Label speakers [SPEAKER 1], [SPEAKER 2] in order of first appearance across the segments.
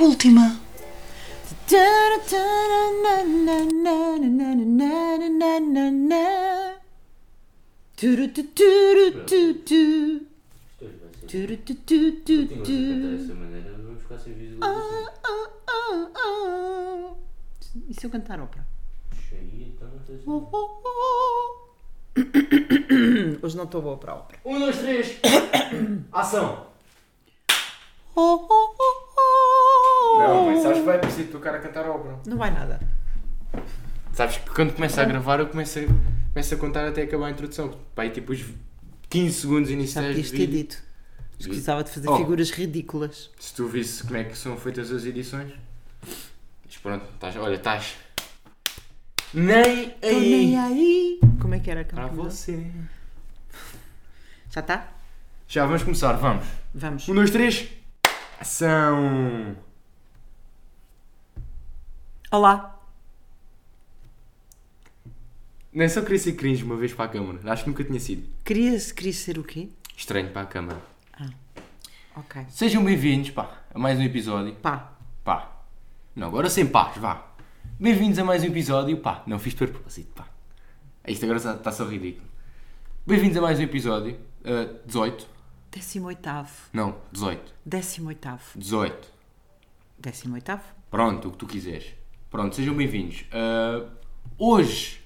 [SPEAKER 1] última.
[SPEAKER 2] Continuas a cantar dessa maneira, vamos ficar sem visualização.
[SPEAKER 1] E se eu cantar ópera?
[SPEAKER 2] Cheia tantas.
[SPEAKER 1] Hoje não estou boa para a ópera.
[SPEAKER 2] Um, dois, três. Ação!
[SPEAKER 3] Não, mas sabes que vai preciso tocar a cantar ópera.
[SPEAKER 1] Não vai nada.
[SPEAKER 3] Sabes que quando começa a gravar eu começo a, começo a contar até acabar a introdução. Pai, tipo os 15 segundos
[SPEAKER 1] Já
[SPEAKER 3] iniciais
[SPEAKER 1] podias
[SPEAKER 3] de
[SPEAKER 1] ter
[SPEAKER 3] vídeo.
[SPEAKER 1] é dito. Escusava de fazer
[SPEAKER 3] Oh.
[SPEAKER 1] figuras ridículas.
[SPEAKER 3] Se tu visse como é que são feitas as edições. Mas pronto, estás, olha, estás. Nem
[SPEAKER 1] Tô nem aí.
[SPEAKER 3] aí.
[SPEAKER 1] Como é que era a
[SPEAKER 3] Para
[SPEAKER 1] canção?
[SPEAKER 3] você.
[SPEAKER 1] Já tá? está?
[SPEAKER 3] Já vamos começar, vamos.
[SPEAKER 1] Vamos.
[SPEAKER 3] Um, dois, três. Ação!
[SPEAKER 1] Olá.
[SPEAKER 3] Nem só queria ser cringe uma vez para a câmara. Acho que nunca tinha sido.
[SPEAKER 1] Querias, querias ser o quê?
[SPEAKER 3] Estranho para a câmara.
[SPEAKER 1] Ok.
[SPEAKER 3] Sejam bem-vindos, pá, a mais um episódio.
[SPEAKER 1] Pá.
[SPEAKER 3] Pá. Não, agora sem paz, vá. Bem-vindos a mais um episódio, pá. Não fiz de propósito, pá. É Isto agora está só ridículo. Bem-vindos a mais um episódio. ah, 18.
[SPEAKER 1] Décimo oitavo.
[SPEAKER 3] Não, 18.
[SPEAKER 1] Décimo oitavo.
[SPEAKER 3] 18.
[SPEAKER 1] Décimo oitavo.
[SPEAKER 3] Pronto, o que tu quiseres. Pronto, sejam bem-vindos. Ah, hoje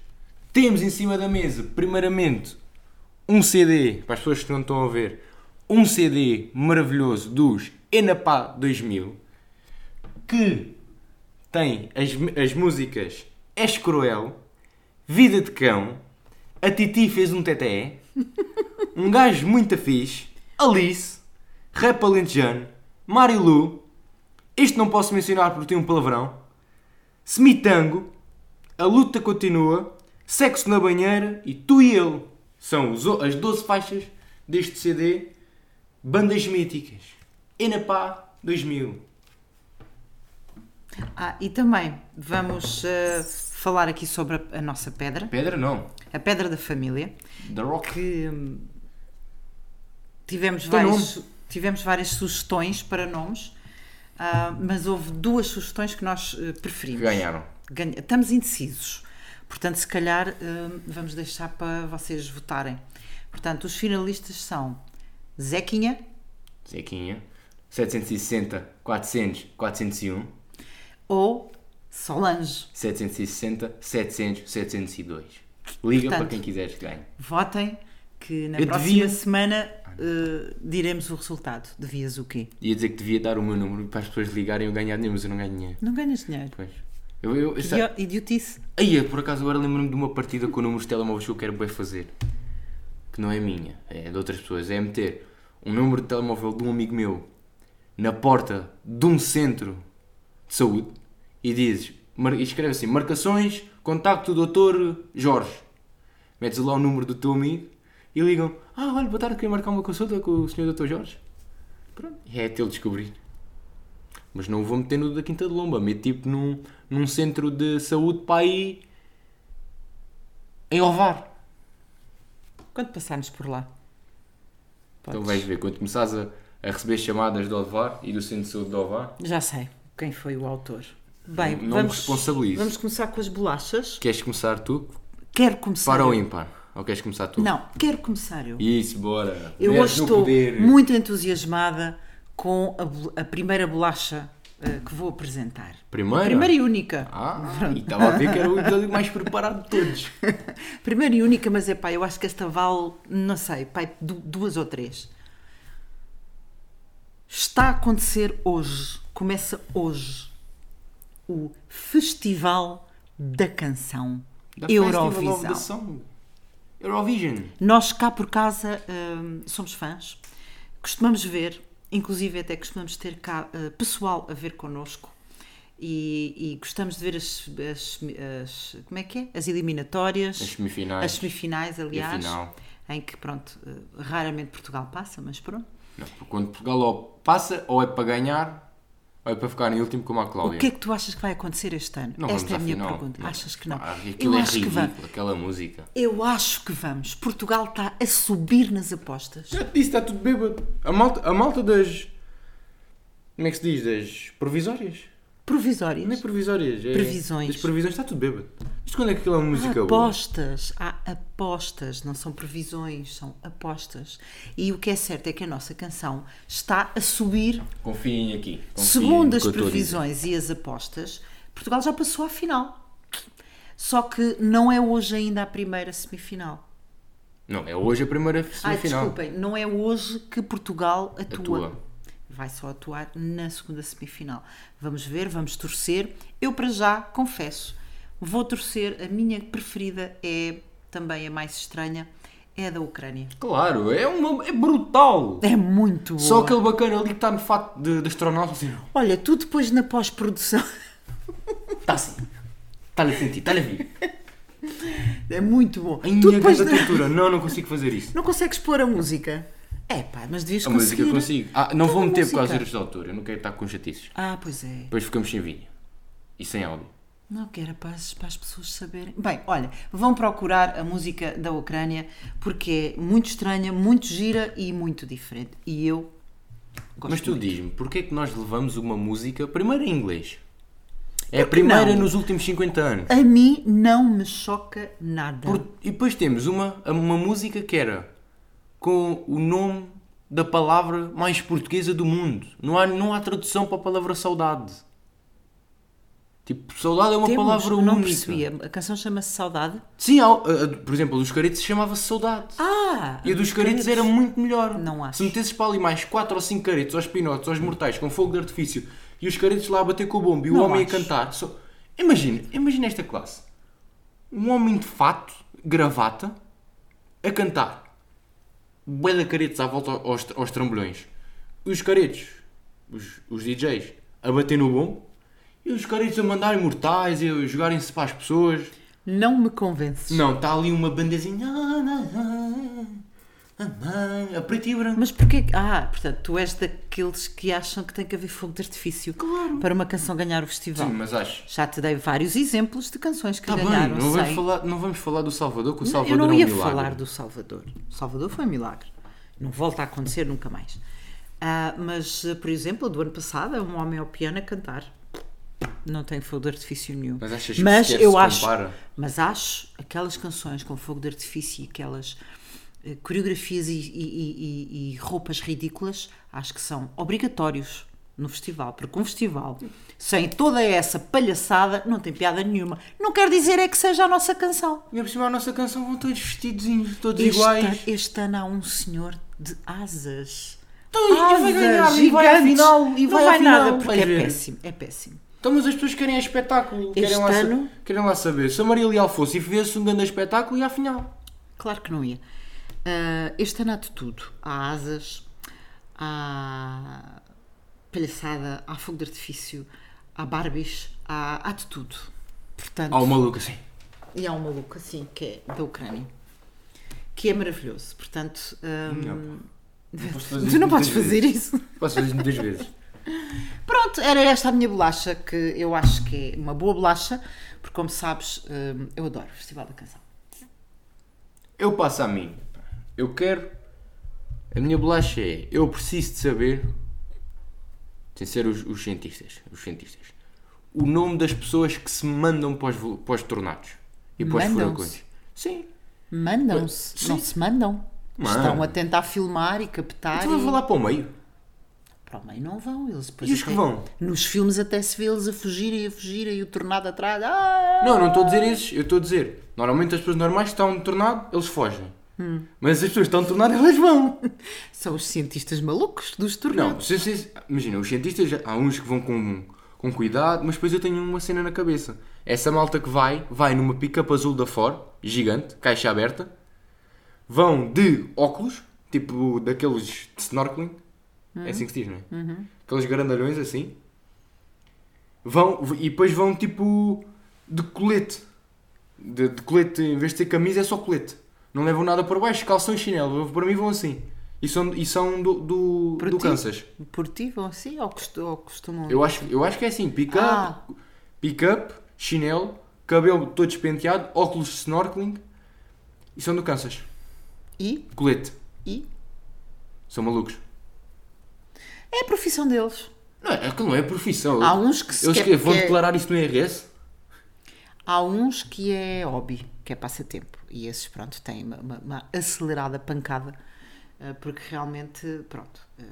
[SPEAKER 3] temos em cima da mesa, primeiramente, um CD, para as pessoas que não estão a ver, um CD maravilhoso dos Enapá 2000, que tem as, mu- as músicas És Cruel, Vida de Cão, A Titi fez um teté, um gajo muito fixe, Alice, Rap Alentejano, Marilu, este não posso mencionar porque tem um palavrão. Smitango, A Luta Continua, Sexo na Banheira e Tu e Ele. São os o- as 12 faixas deste CD Bandas Míticas. Enapá 2000.
[SPEAKER 1] Ah, e também vamos eh, falar aqui sobre a, a nossa pedra,
[SPEAKER 3] Pedra não.
[SPEAKER 1] a pedra da família,
[SPEAKER 3] The Rock.
[SPEAKER 1] que hum, tivemos,
[SPEAKER 3] Tem
[SPEAKER 1] várias, su- tivemos várias sugestões para nomes, ah, mas houve duas sugestões que nós eh, preferimos.
[SPEAKER 3] Ganharam.
[SPEAKER 1] Ganha- Estamos indecisos, portanto, se calhar hum, vamos deixar para vocês votarem. Portanto, os finalistas são Zequinha,
[SPEAKER 3] Zequinha. 760, 400, 401.
[SPEAKER 1] ou Solange.
[SPEAKER 3] 760, 700, 702. Liga
[SPEAKER 1] Portanto,
[SPEAKER 3] para quem quiseres que ganhe.
[SPEAKER 1] Votem que na
[SPEAKER 3] Eu
[SPEAKER 1] próxima
[SPEAKER 3] devia-
[SPEAKER 1] semana eh, diremos o resultado. Devias o quê?
[SPEAKER 3] Ia dizer que devia dar o meu número para as pessoas ligarem e eu ganhar dinheiro, mas eu não ganho dinheiro.
[SPEAKER 1] Não ganhas dinheiro.
[SPEAKER 3] Pois. Eu, eu, eu,
[SPEAKER 1] Idio- Idiotice.
[SPEAKER 3] Aí, eu, por acaso agora lembro-me de uma partida com números de telemóveis que eu quero bem fazer. Que não é minha, é de outras pessoas. É meter um número de telemóvel de um amigo meu na porta de um centro de saúde e dizes, mar- e escreve assim, marcações, contacto do Dr. Jorge. Metes lá o número do teu amigo e ligam, ah, olha, boa tarde, queria marcar uma consulta com o Sr. Dr. Jorge. Pronto, é até ele descobrir. Mas não o vou meter no da Quinta de Lomba, meto tipo num, num centro de saúde para aí em Ovar.
[SPEAKER 1] Quando passarmos por lá.
[SPEAKER 3] Então
[SPEAKER 1] Podes.
[SPEAKER 3] vais ver, quando começares a, a receber chamadas de Ovar e do centro de saúde de Ovar,
[SPEAKER 1] Já sei quem foi o autor. Bem,
[SPEAKER 3] Não me
[SPEAKER 1] vamos,
[SPEAKER 3] responsabilizo.
[SPEAKER 1] vamos começar com as bolachas.
[SPEAKER 3] queres começar tu
[SPEAKER 1] Quero começar.
[SPEAKER 3] para
[SPEAKER 1] eu.
[SPEAKER 3] o ímpar? Ou queres começar tu?
[SPEAKER 1] Não, quero começar eu.
[SPEAKER 3] Isso, bora.
[SPEAKER 1] Eu
[SPEAKER 3] Mulheres
[SPEAKER 1] hoje
[SPEAKER 3] no
[SPEAKER 1] estou
[SPEAKER 3] poder.
[SPEAKER 1] muito entusiasmada com a, bol- a primeira bolacha eh, que vou apresentar.
[SPEAKER 3] Primeira?
[SPEAKER 1] Primeira e única.
[SPEAKER 3] Ah, e estava a ver que era o episódio mais preparado de todos.
[SPEAKER 1] Primeira e única, mas é pá, eu acho que esta vale, não sei, pá, du- duas ou três. Está a acontecer hoje, começa hoje, o Festival da Canção
[SPEAKER 3] Da Festival of the
[SPEAKER 1] Eurovisão.
[SPEAKER 3] Song. Eurovision.
[SPEAKER 1] Nós cá por casa hum, somos fãs, costumamos ver, inclusive até costumamos ter cá eh, pessoal a ver connosco e, e gostamos de ver as, as- as- como é que é? As eliminatórias,
[SPEAKER 3] As semifinais.
[SPEAKER 1] as semifinais, aliás,
[SPEAKER 3] final.
[SPEAKER 1] em que pronto, eh, raramente Portugal passa, mas pronto.
[SPEAKER 3] Não, porque quando Portugal ou passa, ou é para ganhar, ou é para ficar em último como a Cláudia.
[SPEAKER 1] O que é que tu achas que vai acontecer este ano?
[SPEAKER 3] Não
[SPEAKER 1] Esta é a
[SPEAKER 3] vamos à
[SPEAKER 1] minha
[SPEAKER 3] final.
[SPEAKER 1] pergunta. Achas que não?
[SPEAKER 3] Ah, aquilo
[SPEAKER 1] Eu
[SPEAKER 3] é
[SPEAKER 1] acho que
[SPEAKER 3] ridículo,
[SPEAKER 1] vamos.
[SPEAKER 3] aquela música.
[SPEAKER 1] Eu acho que vamos. Portugal está a subir nas apostas.
[SPEAKER 3] Já te disse, está tudo bêbado. A malta, a malta das, Como é que se diz? Das provisórias?
[SPEAKER 1] Provisórias.
[SPEAKER 3] Não é provisórias, é.
[SPEAKER 1] Previsões.
[SPEAKER 3] Das previsões está tudo bêbado. Isto quando é que aquilo é uma música
[SPEAKER 1] Há
[SPEAKER 3] boa?
[SPEAKER 1] apostas, há apostas, não são previsões, são apostas. E o que é certo é que a nossa canção está a subir,
[SPEAKER 3] Confiem aqui. confiem
[SPEAKER 1] segundo
[SPEAKER 3] no
[SPEAKER 1] as
[SPEAKER 3] que eu estou a dizer.
[SPEAKER 1] previsões e as apostas, Portugal já passou à final. Só que não é hoje ainda a primeira semifinal.
[SPEAKER 3] Não, é hoje a primeira
[SPEAKER 1] Ah,
[SPEAKER 3] semifinal.
[SPEAKER 1] desculpem, não é hoje que Portugal atua.
[SPEAKER 3] Atua.
[SPEAKER 1] Vai só atuar na segunda semifinal. Vamos ver, vamos torcer. Eu, para já, confesso, vou torcer. A minha preferida é também a mais estranha, é a da Ucrânia.
[SPEAKER 3] Claro, é, uma, é brutal.
[SPEAKER 1] É muito boa.
[SPEAKER 3] Só aquele bacana ali que está no fato de, de astronauta, assim,
[SPEAKER 1] Olha, tu depois na pós-produção.
[SPEAKER 3] está assim. Está-lhe a sentir, está-lhe a vir.
[SPEAKER 1] É muito bom.
[SPEAKER 3] Ai,
[SPEAKER 1] tu
[SPEAKER 3] minha
[SPEAKER 1] depois
[SPEAKER 3] grande
[SPEAKER 1] na-
[SPEAKER 3] tortura. Não, não consigo fazer isso.
[SPEAKER 1] Não consegues pôr a música? É pá, mas devias
[SPEAKER 3] A
[SPEAKER 1] conseguir. Então
[SPEAKER 3] música eu consigo. Ah, não
[SPEAKER 1] Toda
[SPEAKER 3] vou
[SPEAKER 1] a
[SPEAKER 3] meter por
[SPEAKER 1] música.
[SPEAKER 3] causa dos de autor, eu não quero estar com chatices.
[SPEAKER 1] Ah, pois é.
[SPEAKER 3] Depois ficamos sem vídeo. E sem áudio.
[SPEAKER 1] Não, que era para as, para as pessoas saberem. Bem, olha, vão procurar a música da Ucrânia porque é muito estranha, muito gira e muito diferente. E eu gosto
[SPEAKER 3] Mas tu
[SPEAKER 1] muito.
[SPEAKER 3] diz-me, porquê é que nós levamos uma música primeiro em inglês? É a
[SPEAKER 1] Porque
[SPEAKER 3] primeira
[SPEAKER 1] não?
[SPEAKER 3] nos últimos 50 anos.
[SPEAKER 1] A mim não me choca nada.
[SPEAKER 3] Por- E depois temos uma, uma música que era com o nome da palavra mais portuguesa do mundo. Não há, não há tradução para a palavra saudade. Tipo, saudade é uma
[SPEAKER 1] Temos-
[SPEAKER 3] palavra
[SPEAKER 1] não
[SPEAKER 3] única.
[SPEAKER 1] percebi. A a canção chama-se Saudade.
[SPEAKER 3] Sim, há- a- a- por exemplo, a dos caretos chamava-se saudade.
[SPEAKER 1] Ah!
[SPEAKER 3] e a dos caretos era muito melhor.
[SPEAKER 1] Não acho.
[SPEAKER 3] Se metesses para ali mais 4 ou 5 caretos aos pinotes, aos mortais, com fogo de artifício, e os caretos lá a bater com o bombo e o
[SPEAKER 1] Não
[SPEAKER 3] homem
[SPEAKER 1] acho.
[SPEAKER 3] a cantar. só- Imagina, imagina esta classe. Um homem de fato, gravata, a cantar. Bué de caretos à volta aos, aos trambolhões. E os caretos, os, os DJs, a bater no bombo. E os caretos a mandarem mortais e a jogarem-se para as pessoas.
[SPEAKER 1] Não me convences.
[SPEAKER 3] Não, está ali uma bandazinha. ah, A preto e branco.
[SPEAKER 1] Mas porquê. que- Ah, portanto, tu és daqueles que acham que tem que haver fogo de artifício para uma canção ganhar o festival.
[SPEAKER 3] Sim, mas acho.
[SPEAKER 1] Já te dei vários exemplos de canções que
[SPEAKER 3] Está bem,
[SPEAKER 1] ganharam
[SPEAKER 3] não vamos,
[SPEAKER 1] sem-
[SPEAKER 3] falar, não vamos falar do Salvador, que o
[SPEAKER 1] Não,
[SPEAKER 3] Salvador
[SPEAKER 1] Eu não
[SPEAKER 3] é um
[SPEAKER 1] ia
[SPEAKER 3] milagre.
[SPEAKER 1] falar do Salvador. O Salvador foi um milagre. Não volta a acontecer nunca mais. Ah, mas, eh, por exemplo, do ano passado, é um homem ao piano a cantar. Não tem fogo de artifício nenhum.
[SPEAKER 3] Mas achas que
[SPEAKER 1] Mas
[SPEAKER 3] sequer
[SPEAKER 1] eu
[SPEAKER 3] se
[SPEAKER 1] acho,
[SPEAKER 3] compara?
[SPEAKER 1] mas acho aquelas canções com fogo de artifício e aquelas eh, coreografias e, e- e- e roupas ridículas, acho que são obrigatórios no festival, porque um festival sem toda essa palhaçada não tem piada nenhuma. Não quer dizer é que seja a nossa canção.
[SPEAKER 3] E por cima a nossa canção vão todos vestidinhos, todos
[SPEAKER 1] Este,
[SPEAKER 3] iguais.
[SPEAKER 1] este ano há um senhor de asas.
[SPEAKER 3] Então, e vai ganhar,
[SPEAKER 1] Asas
[SPEAKER 3] e vai à
[SPEAKER 1] gigantes.
[SPEAKER 3] final, e vai
[SPEAKER 1] não
[SPEAKER 3] à
[SPEAKER 1] vai
[SPEAKER 3] final,
[SPEAKER 1] nada, porque
[SPEAKER 3] vais
[SPEAKER 1] é
[SPEAKER 3] ver.
[SPEAKER 1] péssimo. É péssimo.
[SPEAKER 3] Então, mas as pessoas querem é espetáculo. Querem
[SPEAKER 1] Este
[SPEAKER 3] lá, sa-
[SPEAKER 1] ano-
[SPEAKER 3] querem lá saber. Se a Maria Leal fosse e vivesse um grande espetáculo e à final.
[SPEAKER 1] Claro que não ia. Ah, este ano há de tudo. Há asas, há palhaçada, há fogo de artifício, há Barbies, há, há de tudo. Portanto,
[SPEAKER 3] Há um maluco assim.
[SPEAKER 1] E há um maluco, assim, que é da Ucrânia. Que é maravilhoso. Portanto, ah,
[SPEAKER 3] Não, posso fazer
[SPEAKER 1] tu não
[SPEAKER 3] muitas
[SPEAKER 1] podes fazer
[SPEAKER 3] vezes.
[SPEAKER 1] isso.
[SPEAKER 3] Posso fazer isso muitas vezes.
[SPEAKER 1] Pronto, era esta a minha bolacha, que eu acho que é uma boa bolacha, porque como sabes, hum, eu adoro o Festival da Canção.
[SPEAKER 3] Eu passo à minha. Eu quero. A minha bolacha é. Eu preciso de saber. Sem ser os, os cientistas. Os cientistas. O nome das pessoas que se mandam para os, vo- para os tornados e para os
[SPEAKER 1] Mandam-se?
[SPEAKER 3] furacões. Sim.
[SPEAKER 1] Mandam-se,
[SPEAKER 3] Sim.
[SPEAKER 1] não se mandam.
[SPEAKER 3] Mandam.
[SPEAKER 1] Estão a tentar filmar e captar.
[SPEAKER 3] Então eu vou
[SPEAKER 1] e...
[SPEAKER 3] lá para o meio.
[SPEAKER 1] Para o meio não vão, eles depois
[SPEAKER 3] E os que
[SPEAKER 1] até-
[SPEAKER 3] vão?
[SPEAKER 1] Nos filmes até se vê eles a fugirem, a fugirem e o tornado atrás. Ah!
[SPEAKER 3] Não, não estou a dizer esses. Eu estou a dizer. Normalmente as pessoas normais estão no tornado, eles fogem. Mas as pessoas que estão no tornado, elas vão.
[SPEAKER 1] São os cientistas malucos dos tornados.
[SPEAKER 3] Não, se- se- imagina, os cientistas, já- há uns que vão com, com cuidado, mas depois eu tenho uma cena na cabeça. Essa malta que vai, vai numa pick-up azul da Ford, gigante, caixa aberta, vão de óculos, tipo daqueles de snorkeling,
[SPEAKER 1] Uhum.
[SPEAKER 3] é assim que se diz, não é? Aqueles grandalhões assim, vão, e depois vão tipo de colete, de, de colete, em vez de ter camisa é só colete. Não levam nada por baixo, calção e chinelo, para mim vão assim. E são, e são do, do,
[SPEAKER 1] Por
[SPEAKER 3] do
[SPEAKER 1] ti?
[SPEAKER 3] Kansas.
[SPEAKER 1] Por ti vão assim ou, costu- ou costumam.
[SPEAKER 3] Eu acho, eu acho que é assim: pick-up,
[SPEAKER 1] Ah.
[SPEAKER 3] pick-up, chinelo, cabelo todo despenteado, óculos de snorkeling e são do Kansas.
[SPEAKER 1] E?
[SPEAKER 3] Colete.
[SPEAKER 1] E?
[SPEAKER 3] São malucos.
[SPEAKER 1] É a profissão deles.
[SPEAKER 3] Não, é que não é profissão.
[SPEAKER 1] Há uns que se
[SPEAKER 3] Eu
[SPEAKER 1] quer- é-
[SPEAKER 3] escrevo, vão
[SPEAKER 1] quer-
[SPEAKER 3] declarar isso no IRS?
[SPEAKER 1] Há uns que é hobby, que é passatempo, e esses, pronto, têm uma, uma- uma acelerada pancada, eh, porque realmente, pronto, eh,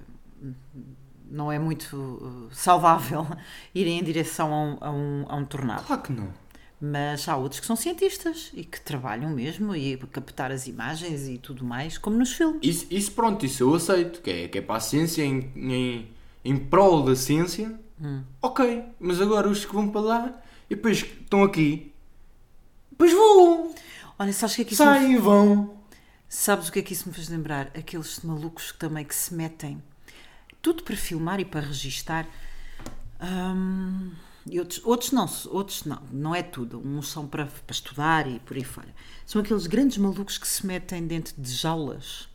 [SPEAKER 1] não é muito eh, saudável irem em direção a um, a um- a um tornado.
[SPEAKER 3] Claro que não.
[SPEAKER 1] Mas há outros que são cientistas e que trabalham mesmo e captar as imagens e tudo mais, como nos filmes.
[SPEAKER 3] Isso, isso pronto, isso eu aceito, que é, que é para a ciência, em, em, em prol da ciência,
[SPEAKER 1] Hum.
[SPEAKER 3] ok, mas agora os que vão para lá e depois que estão aqui, depois voam,
[SPEAKER 1] Olha, sabes o que é que isso me
[SPEAKER 3] saem e vão.
[SPEAKER 1] Sabes o que é que isso me fez lembrar? Aqueles malucos que também que se metem tudo para filmar e para registar. Hum, e outros, outros não, outros não, não é tudo. Uns são para, para estudar e por aí fora. São aqueles grandes malucos que se metem dentro de jaulas,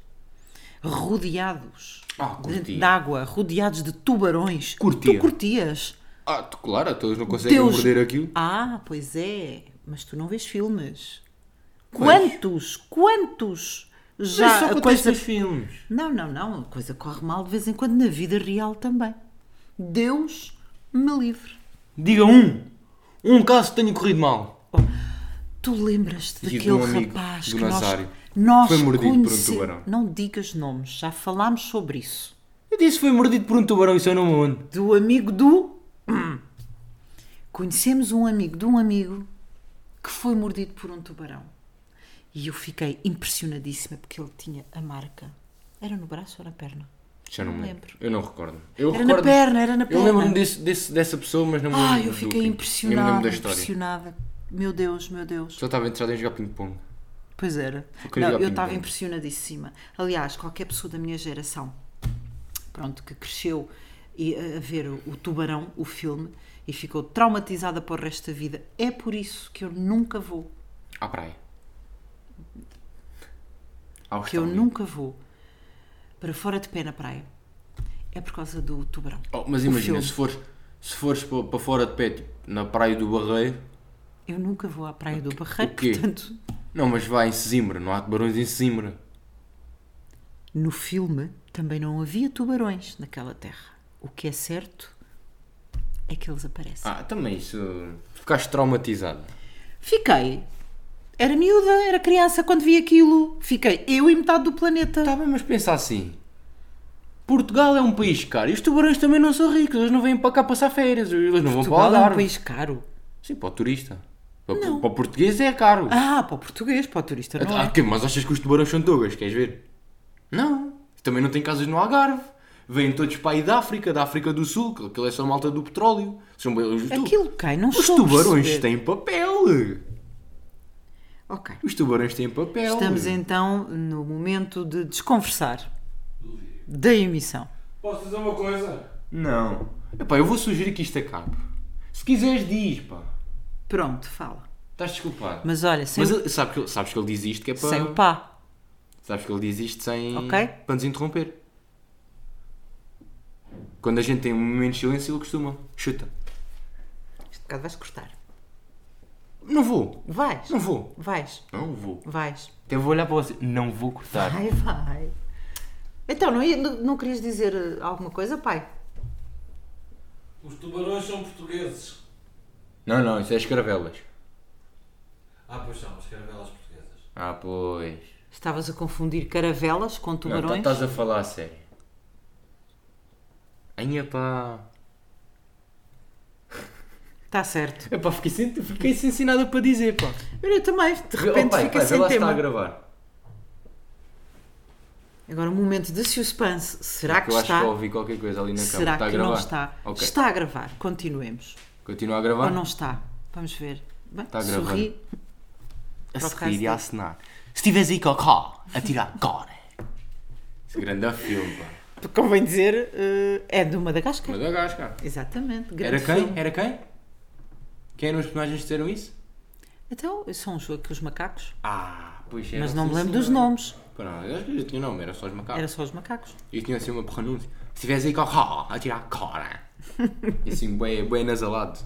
[SPEAKER 1] rodeados
[SPEAKER 3] Ah,
[SPEAKER 1] de-
[SPEAKER 3] curtia.
[SPEAKER 1] de água, rodeados de tubarões.
[SPEAKER 3] Curtia.
[SPEAKER 1] Tu curtias?
[SPEAKER 3] Ah, tu- claro, então eles não conseguem
[SPEAKER 1] Deus.
[SPEAKER 3] morder aquilo.
[SPEAKER 1] Ah, pois é, mas tu não vês filmes.
[SPEAKER 3] Quais?
[SPEAKER 1] Quantos? Quantos?
[SPEAKER 3] Já
[SPEAKER 1] Já
[SPEAKER 3] só
[SPEAKER 1] a
[SPEAKER 3] acontece
[SPEAKER 1] coisa
[SPEAKER 3] nos filmes.
[SPEAKER 1] não, não, não. A coisa corre mal de vez em quando na vida real também. Deus me livre.
[SPEAKER 3] Diga um, um caso que tenha corrido mal.
[SPEAKER 1] Tu lembras-te
[SPEAKER 3] E de
[SPEAKER 1] daquele
[SPEAKER 3] um amigo
[SPEAKER 1] rapaz
[SPEAKER 3] do
[SPEAKER 1] que nós,
[SPEAKER 3] Nazário.
[SPEAKER 1] nós
[SPEAKER 3] Foi mordido por um
[SPEAKER 1] conhece-
[SPEAKER 3] tubarão.
[SPEAKER 1] Não digas nomes, já falámos sobre isso.
[SPEAKER 3] Eu disse que foi mordido por um tubarão, isso eu não me lembro.
[SPEAKER 1] Do amigo do. Hum. Conhecemos um amigo de um amigo que foi mordido por um tubarão. E eu fiquei impressionadíssima porque ele tinha a marca. Era no braço ou na perna?
[SPEAKER 3] Já não me
[SPEAKER 1] Não
[SPEAKER 3] lembro.
[SPEAKER 1] lembro.
[SPEAKER 3] Eu não recordo. Eu
[SPEAKER 1] Era
[SPEAKER 3] recordo.
[SPEAKER 1] na perna, era na
[SPEAKER 3] Eu
[SPEAKER 1] perna.
[SPEAKER 3] lembro-me desse, desse- dessa pessoa, mas não me lembro.
[SPEAKER 1] Ah, eu
[SPEAKER 3] do
[SPEAKER 1] fiquei
[SPEAKER 3] fim. Eu me
[SPEAKER 1] impressionada,
[SPEAKER 3] lembro da história.
[SPEAKER 1] impressionada. Meu Deus, meu Deus.
[SPEAKER 3] Só estava interessado em jogar ping-pong.
[SPEAKER 1] Pois era.
[SPEAKER 3] queria
[SPEAKER 1] Não,
[SPEAKER 3] jogar
[SPEAKER 1] eu estava
[SPEAKER 3] ping-pong.
[SPEAKER 1] impressionadíssima. Aliás, qualquer pessoa da minha geração, pronto, que cresceu e, eh, a, a ver o, o Tubarão, o filme, e ficou traumatizada para o resto da vida, é por isso que eu nunca vou,
[SPEAKER 3] À praia. Ao
[SPEAKER 1] que eu
[SPEAKER 3] estádio.
[SPEAKER 1] nunca vou para fora de pé na praia. É por causa do Tubarão.
[SPEAKER 3] Oh, mas imagina,
[SPEAKER 1] filme.
[SPEAKER 3] se fores, se fores pa- para fora de pé, tipo, na praia do Barreiro.
[SPEAKER 1] Eu nunca vou à praia do Barreiro,
[SPEAKER 3] o quê?
[SPEAKER 1] portanto,
[SPEAKER 3] Não, mas vai em Sesimbra, não há tubarões em Sesimbra.
[SPEAKER 1] No filme também não havia tubarões naquela terra. O que é certo é que eles aparecem.
[SPEAKER 3] Ah, também isso. Ficaste traumatizado.
[SPEAKER 1] Fiquei. Era miúda, era criança quando vi aquilo. Fiquei eu e metade do planeta.
[SPEAKER 3] Tá bem, mas pensa assim. Portugal é um país caro e os tubarões também não são ricos, eles não vêm para cá passar férias, eles não vão para
[SPEAKER 1] Portugal
[SPEAKER 3] lá
[SPEAKER 1] é
[SPEAKER 3] dar.
[SPEAKER 1] um país caro.
[SPEAKER 3] Sim, para o turista. Para, para o português é caro.
[SPEAKER 1] Ah, para o português, para o turista, não
[SPEAKER 3] Ah,
[SPEAKER 1] é?
[SPEAKER 3] que- mas achas que os tubarões são togas? Queres ver? Não. Também não tem casas no Algarve. Vêm todos para aí da África, da África do Sul, que aquilo é só malta do petróleo. São bem- os, tu-
[SPEAKER 1] Aquilo cai, não
[SPEAKER 3] os
[SPEAKER 1] estou a
[SPEAKER 3] tubarões
[SPEAKER 1] perceber.
[SPEAKER 3] têm papel.
[SPEAKER 1] Ok.
[SPEAKER 3] Os tubarões têm papel.
[SPEAKER 1] Estamos então no momento de desconversar da emissão.
[SPEAKER 2] Posso dizer uma coisa?
[SPEAKER 3] Não. Epá, eu vou sugerir que isto acabe. Se quiseres, diz, pá.
[SPEAKER 1] Pronto, fala.
[SPEAKER 3] Estás desculpado.
[SPEAKER 1] Mas olha, sem,
[SPEAKER 3] Mas
[SPEAKER 1] o,
[SPEAKER 3] ele- sabe que ele- sabes que ele diz isto que é para.
[SPEAKER 1] sem o pá.
[SPEAKER 3] Sabes que ele diz isto sem.
[SPEAKER 1] Ok.
[SPEAKER 3] para nos interromper. Quando a gente tem um momento de silêncio, ele costuma. Chuta.
[SPEAKER 1] Este bocado vais cortar.
[SPEAKER 3] Não vou.
[SPEAKER 1] Vais.
[SPEAKER 3] Não vou.
[SPEAKER 1] Vais.
[SPEAKER 3] Não vou.
[SPEAKER 1] Vais.
[SPEAKER 3] Até Então vou olhar para você. Não vou cortar.
[SPEAKER 1] Vai, vai. Então, não, ia- não, não querias dizer eh, alguma coisa, pai?
[SPEAKER 2] Os tubarões são portugueses.
[SPEAKER 3] Não, não, isso é as caravelas.
[SPEAKER 2] Ah, pois são, as caravelas portuguesas.
[SPEAKER 3] Ah, pois.
[SPEAKER 1] Estavas a confundir caravelas com
[SPEAKER 3] Não, tá-
[SPEAKER 1] tubarões?
[SPEAKER 3] estás a falar a sério. Ai, epá.
[SPEAKER 1] Está Tá certo.
[SPEAKER 3] Epá, fiquei sem, fiquei sem
[SPEAKER 1] assim
[SPEAKER 3] sem nada para dizer, pá.
[SPEAKER 1] Eu também, de repente
[SPEAKER 3] Oh, pai,
[SPEAKER 1] fica
[SPEAKER 3] pai, vê
[SPEAKER 1] sem
[SPEAKER 3] lá se está
[SPEAKER 1] tema.
[SPEAKER 3] a gravar.
[SPEAKER 1] Agora, um momento de suspense. Será que
[SPEAKER 3] eu acho
[SPEAKER 1] está?
[SPEAKER 3] É que ouvi qualquer coisa ali na
[SPEAKER 1] Será
[SPEAKER 3] câmara. Está a
[SPEAKER 1] que
[SPEAKER 3] gravar?
[SPEAKER 1] não está?
[SPEAKER 3] Ok.
[SPEAKER 1] Está a gravar. Continuemos.
[SPEAKER 3] Continua a gravar?
[SPEAKER 1] Ou não está? Vamos ver. Bem,
[SPEAKER 3] Está Tá a gravar.
[SPEAKER 1] sorri.
[SPEAKER 3] a
[SPEAKER 1] Por acaso
[SPEAKER 3] seguir e a
[SPEAKER 1] tá.
[SPEAKER 3] assinar. Se tiveres aí cocó, atira agora. Esse grande filme, pá.
[SPEAKER 1] Convém dizer, eh, é do Madagascar.
[SPEAKER 3] Madagascar.
[SPEAKER 1] Exatamente. grande
[SPEAKER 3] Era quem?
[SPEAKER 1] filme.
[SPEAKER 3] Era quem? Quem eram os personagens que disseram isso?
[SPEAKER 1] Então, são os, aqui os macacos.
[SPEAKER 3] Ah, pois era.
[SPEAKER 1] Mas não me
[SPEAKER 3] sim,
[SPEAKER 1] lembro
[SPEAKER 3] senhora. Ah.
[SPEAKER 1] dos nomes.
[SPEAKER 3] Pá, eu acho que eu tinha nome, era só os macacos.
[SPEAKER 1] Era só os macacos.
[SPEAKER 3] E tinha assim uma pronúncia. Se tiveres aí cocó, atira agora. e assim, bem, bem nasalado.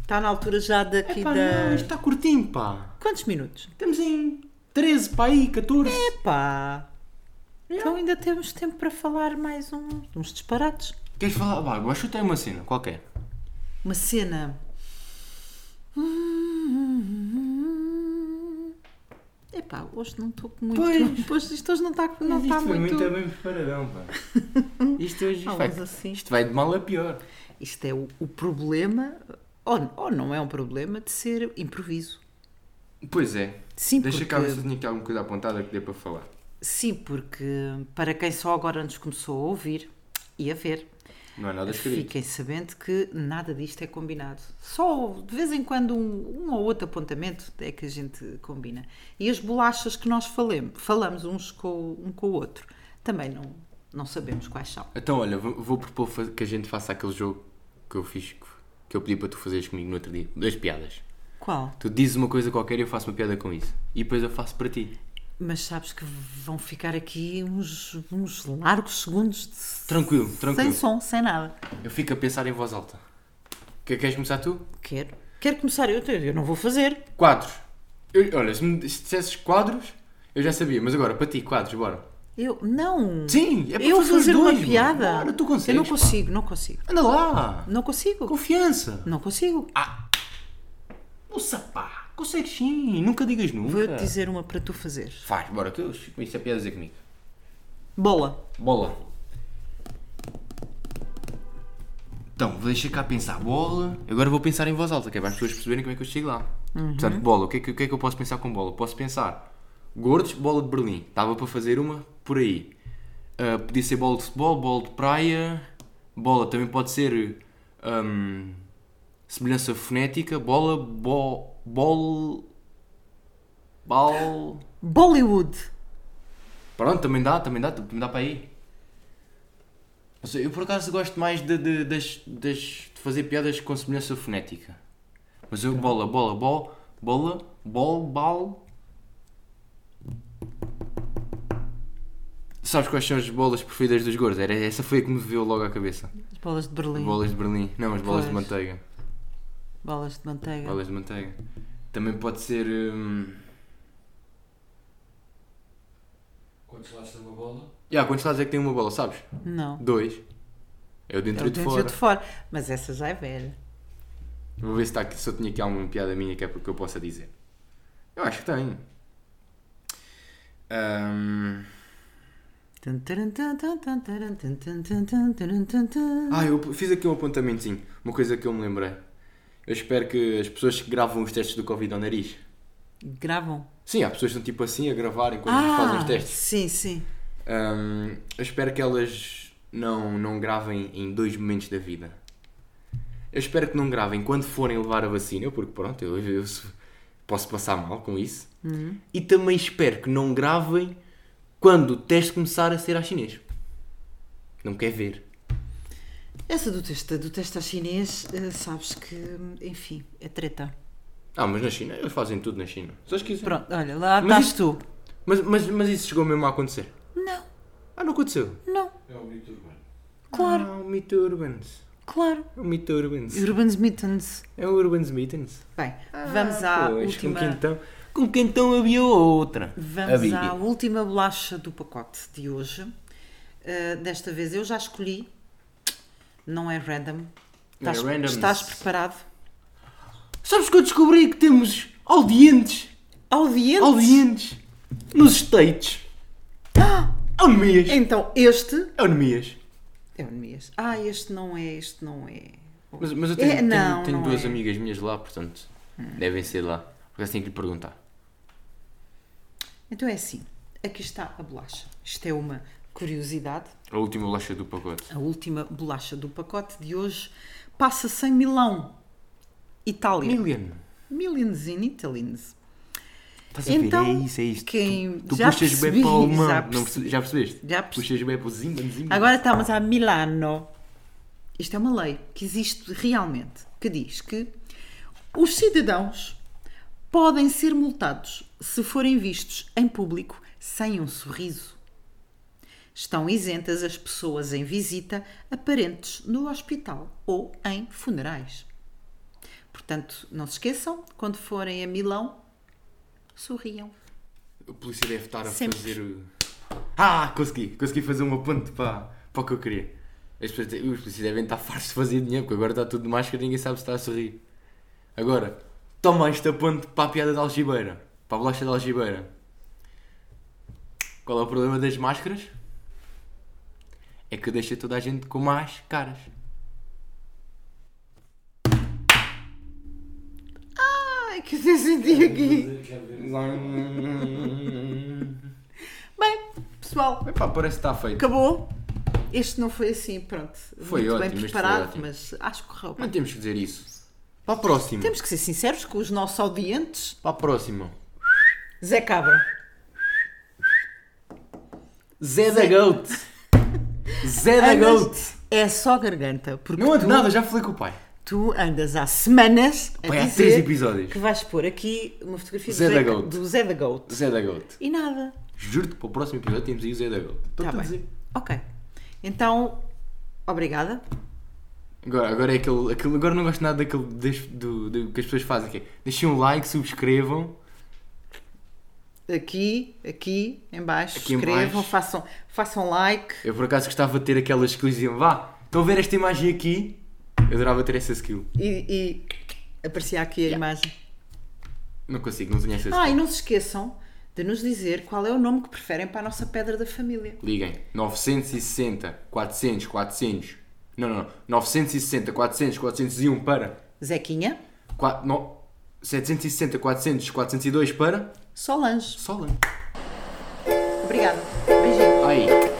[SPEAKER 1] Está na altura já daqui
[SPEAKER 3] Pá,
[SPEAKER 1] da...
[SPEAKER 3] não, isto está curtinho, pá.
[SPEAKER 1] Quantos minutos?
[SPEAKER 3] Estamos em 13, pá aí, 14.
[SPEAKER 1] Epá! Então ainda temos tempo para falar mais um, uns disparates.
[SPEAKER 3] Queres falar? Vá, agora chutei uma cena qualquer.
[SPEAKER 1] Uma cena. Epá, hoje não estou com muito.
[SPEAKER 3] Pois.
[SPEAKER 1] Pois, isto hoje não está não
[SPEAKER 3] Mas
[SPEAKER 1] está
[SPEAKER 3] isto foi
[SPEAKER 1] muito.
[SPEAKER 3] muito bem preparadão, pá. Isto hoje isto
[SPEAKER 1] Ah,
[SPEAKER 3] vai,
[SPEAKER 1] mas assim.
[SPEAKER 3] isto vai de mal a pior.
[SPEAKER 1] Isto é o, o problema, ou, ou não é um problema, de ser improviso.
[SPEAKER 3] Pois é.
[SPEAKER 1] Sim,
[SPEAKER 3] Deixa cá ver se eu
[SPEAKER 1] porque,
[SPEAKER 3] tinha aqui alguma coisa apontada que dê para falar.
[SPEAKER 1] sim, porque para quem só agora nos começou a ouvir e a ver,
[SPEAKER 3] Não é nada escrito.
[SPEAKER 1] Fiquem sabendo que nada disto é combinado. Só de vez em quando um, um ou outro apontamento é que a gente combina. E as bolachas que nós falemos, falamos uns com, o- um com o outro também não, não sabemos quais são.
[SPEAKER 3] Então, olha, vou, vou propor fa- que a gente faça aquele jogo que eu fiz, que- que eu pedi para tu fazeres comigo no outro dia. Das piadas.
[SPEAKER 1] Qual?
[SPEAKER 3] Tu dizes uma coisa qualquer e eu faço uma piada com isso. E depois eu faço para ti.
[SPEAKER 1] Mas sabes que vão ficar aqui uns, uns largos segundos de-
[SPEAKER 3] Tranquilo,
[SPEAKER 1] sem
[SPEAKER 3] tranquilo.
[SPEAKER 1] som, sem nada.
[SPEAKER 3] Eu fico a pensar em voz alta. Que- Queres começar tu?
[SPEAKER 1] Quero. Quero começar, eu, eu não vou fazer.
[SPEAKER 3] Quadros. Eu- olha, se me se dissesses quadros, eu já sabia. Mas agora, para ti, quadros, bora.
[SPEAKER 1] Eu não.
[SPEAKER 3] Sim, é para
[SPEAKER 1] eu
[SPEAKER 3] fazer os
[SPEAKER 1] fazer uma
[SPEAKER 3] dois, mano.
[SPEAKER 1] piada.
[SPEAKER 3] Bora, tu
[SPEAKER 1] eu não
[SPEAKER 3] consegues, pá.
[SPEAKER 1] consigo, não consigo.
[SPEAKER 3] Anda lá.
[SPEAKER 1] Não consigo.
[SPEAKER 3] Confiança.
[SPEAKER 1] Não consigo.
[SPEAKER 3] Ah, Nossa, pá. Consegues sim. Nunca digas nunca.
[SPEAKER 1] Vou eu te dizer uma para tu fazeres.
[SPEAKER 3] Faz, bora, que eu, isso é piada dizer comigo.
[SPEAKER 1] Bola.
[SPEAKER 3] Bola. Então, vou deixar cá pensar bola. Agora vou pensar em voz alta, que é para as pessoas perceberem como é que eu chego lá. Portanto, bola, o que, é que, o que é que eu posso pensar com bola? Posso pensar gordos, bola de Berlim. Estava para fazer uma por aí. Ah, podia ser bola de futebol, bola de praia. Bola também pode ser hum, semelhança fonética. Bola, bo, bol. Bal.
[SPEAKER 1] Bollywood.
[SPEAKER 3] Pronto, também dá, também dá, também dá para aí. Não sei, eu por acaso gosto mais de, de- das, das- de fazer piadas com semelhança fonética. Mas eu bola, bola, bol, bola, bol, bal. Sabes quais são as bolas preferidas dos gordos? Era, essa foi a que me veio logo à cabeça.
[SPEAKER 1] As bolas de Berlim.
[SPEAKER 3] Bolas de Berlim. Não, as bolas de
[SPEAKER 1] Pois.
[SPEAKER 3] manteiga.
[SPEAKER 1] Bolas de manteiga.
[SPEAKER 3] Bolas de manteiga. Também pode ser. Hum...
[SPEAKER 2] Quantos lados tem uma bola?
[SPEAKER 3] Yeah, quantos lados é que tem uma bola, sabes?
[SPEAKER 1] Não.
[SPEAKER 3] Dois. É o
[SPEAKER 1] É
[SPEAKER 3] dentro
[SPEAKER 1] o
[SPEAKER 3] e o de fora.
[SPEAKER 1] de fora. Mas essa já é velha.
[SPEAKER 3] Vou ver se, tá aqui, se eu tinha aqui alguma piada minha que é porque eu possa dizer. Eu acho que tenho. Ahm,
[SPEAKER 1] Tum, taran, tum, tum, tum, taran, tum, tum, tum, tum, taran, tum, tum.
[SPEAKER 3] Ah, eu fiz aqui um apontamentozinho. Uma coisa que eu me lembrei. Eu espero que as pessoas que gravam os testes do Covid ao nariz.
[SPEAKER 1] Gravam.
[SPEAKER 3] Sim, há pessoas que estão tipo assim a gravar enquanto fazem os
[SPEAKER 1] Ah,
[SPEAKER 3] testes.
[SPEAKER 1] sim, sim.
[SPEAKER 3] Ahm, eu espero que elas não, não gravem em dois momentos da vida. Eu espero que não gravem quando forem levar a vacina, porque pronto, eu, eu se- posso passar mal com isso.
[SPEAKER 1] Uhum.
[SPEAKER 3] E também espero que não gravem quando o teste começar a ser a chinês. Não quer ver.
[SPEAKER 1] Essa do teste, do teste a chinês, eh, sabes que, enfim, é treta.
[SPEAKER 3] Ah, mas na China, eles fazem tudo na China. Só esqueci.
[SPEAKER 1] Pronto, olha, lá
[SPEAKER 3] Mas
[SPEAKER 1] estás
[SPEAKER 3] isso-
[SPEAKER 1] tu.
[SPEAKER 3] Mas, mas, mas isso chegou mesmo a acontecer.
[SPEAKER 1] Não,
[SPEAKER 3] Ah, não aconteceu.
[SPEAKER 1] não,
[SPEAKER 2] É o mito urbano.
[SPEAKER 1] claro,
[SPEAKER 3] Ah, o mito Urbans.
[SPEAKER 1] claro.
[SPEAKER 3] O mito Urbans.
[SPEAKER 1] Urban's Mittens.
[SPEAKER 3] É o Urbans Mittens.
[SPEAKER 1] Bem, vamos
[SPEAKER 3] Ah,
[SPEAKER 1] à Ah, última.
[SPEAKER 3] Com quentão, com quentão havia outra.
[SPEAKER 1] Vamos à última bolacha do pacote de hoje. Uh, desta vez eu já escolhi, não é random.
[SPEAKER 3] Não é
[SPEAKER 1] Estás,
[SPEAKER 3] random.
[SPEAKER 1] estás preparado?
[SPEAKER 3] Sabes que eu descobri que temos audientes,
[SPEAKER 1] Audiente?
[SPEAKER 3] audientes nos States. Ah! Anemias.
[SPEAKER 1] Então, este.
[SPEAKER 3] Anemias.
[SPEAKER 1] É o Nemias. Ah, este não é, este não é.
[SPEAKER 3] Mas, mas
[SPEAKER 1] É,
[SPEAKER 3] eu tenho, tenho-
[SPEAKER 1] não,
[SPEAKER 3] tenho
[SPEAKER 1] não
[SPEAKER 3] duas
[SPEAKER 1] é. Hum.
[SPEAKER 3] amigas minhas lá, portanto, devem ser lá. Porque assim tenho que lhe perguntar.
[SPEAKER 1] Então é assim: aqui está a bolacha. Isto é uma curiosidade.
[SPEAKER 3] A última bolacha do pacote.
[SPEAKER 1] A última bolacha do pacote de hoje passa-se em Milão, Itália.
[SPEAKER 3] Milian.
[SPEAKER 1] Millions in Italians.
[SPEAKER 3] Estás a ver?
[SPEAKER 1] Então,
[SPEAKER 3] é isso, é isto.
[SPEAKER 1] quem-
[SPEAKER 3] tu tu
[SPEAKER 1] já
[SPEAKER 3] puxas bem
[SPEAKER 1] percebi,
[SPEAKER 3] para o alemão.
[SPEAKER 1] já
[SPEAKER 3] Já, não, perce- já percebeste?
[SPEAKER 1] Já percebi.
[SPEAKER 3] Puxas bem para o Zimban, Zimban.
[SPEAKER 1] Agora estamos a Milano. Isto é uma lei que existe realmente, que diz que os cidadãos podem ser multados se forem vistos em público sem um sorriso. Estão isentas as pessoas em visita a parentes no hospital ou em funerais. Portanto, não se esqueçam, quando forem a Milão, sorriam.
[SPEAKER 3] A polícia deve estar a
[SPEAKER 1] Sempre.
[SPEAKER 3] fazer o. Ah, consegui! Consegui fazer uma ponte para, para o que eu queria. As pessoas, te- os polícias devem estar fartos de fazer dinheiro, porque agora está tudo de máscara e ninguém sabe se está a sorrir. Agora, toma esta ponte para a piada da algibeira, para a bolacha da algibeira. Qual é o problema das máscaras? É que deixa toda a gente com más caras.
[SPEAKER 1] Ai, que eu senti aqui.
[SPEAKER 2] Quero ver.
[SPEAKER 1] Bem, pessoal,
[SPEAKER 3] Epá, parece que está feito.
[SPEAKER 1] acabou. Este não foi assim, pronto.
[SPEAKER 3] Foi
[SPEAKER 1] muito
[SPEAKER 3] ótimo,
[SPEAKER 1] bem
[SPEAKER 3] este foi
[SPEAKER 1] preparado,
[SPEAKER 3] ótimo.
[SPEAKER 1] mas acho que correu bem.
[SPEAKER 3] Não temos que dizer isso. Para a próxima.
[SPEAKER 1] Temos que ser sinceros com os nossos audientes.
[SPEAKER 3] Para a próxima.
[SPEAKER 1] Zé Cabra.
[SPEAKER 3] Zé da Goat. Zé da
[SPEAKER 1] Andas-
[SPEAKER 3] Goat.
[SPEAKER 1] É só garganta, porque
[SPEAKER 3] Não é de
[SPEAKER 1] tu,
[SPEAKER 3] nada, já falei com o pai.
[SPEAKER 1] tu andas há semanas a
[SPEAKER 3] Pai, há
[SPEAKER 1] dizer
[SPEAKER 3] três episódios.
[SPEAKER 1] que vais pôr aqui uma fotografia do
[SPEAKER 3] Zé
[SPEAKER 1] Zé,
[SPEAKER 3] da
[SPEAKER 1] Ca-
[SPEAKER 3] Goat.
[SPEAKER 1] do Zé da Goat.
[SPEAKER 3] Zé da Goat.
[SPEAKER 1] E nada.
[SPEAKER 3] Juro-te que para o próximo episódio temos aí o Zé da Goat.
[SPEAKER 1] Tá
[SPEAKER 3] Estou-te a
[SPEAKER 1] bem.
[SPEAKER 3] dizer.
[SPEAKER 1] Ok. Então, obrigada.
[SPEAKER 3] Agora, agora é aquele, aquele. Agora não gosto nada daquele deste- do, do que as pessoas fazem. Que é, deixem um like, subscrevam.
[SPEAKER 1] Aqui, aqui, em baixo,
[SPEAKER 3] Aqui em
[SPEAKER 1] escrevam,
[SPEAKER 3] baixo.
[SPEAKER 1] Façam, façam like.
[SPEAKER 3] Eu por acaso gostava de ter aquelas que diziam, vá, estão a ver esta imagem aqui? Eu adorava ter essa skill.
[SPEAKER 1] E, e aparecia aqui a imagem.
[SPEAKER 3] Não consigo, não tenho essa skill.
[SPEAKER 1] Ah, e não se esqueçam de nos dizer qual é o nome que preferem para a nossa pedra da família.
[SPEAKER 3] Liguem. 960, 400, 400. Não, não, não. 960, 400, 401 para.
[SPEAKER 1] Zequinha,
[SPEAKER 3] Qua- no- 760, 400, 402 para.
[SPEAKER 1] Solange.
[SPEAKER 3] Solan.
[SPEAKER 1] Obrigada. Beijinho.
[SPEAKER 3] Aí. é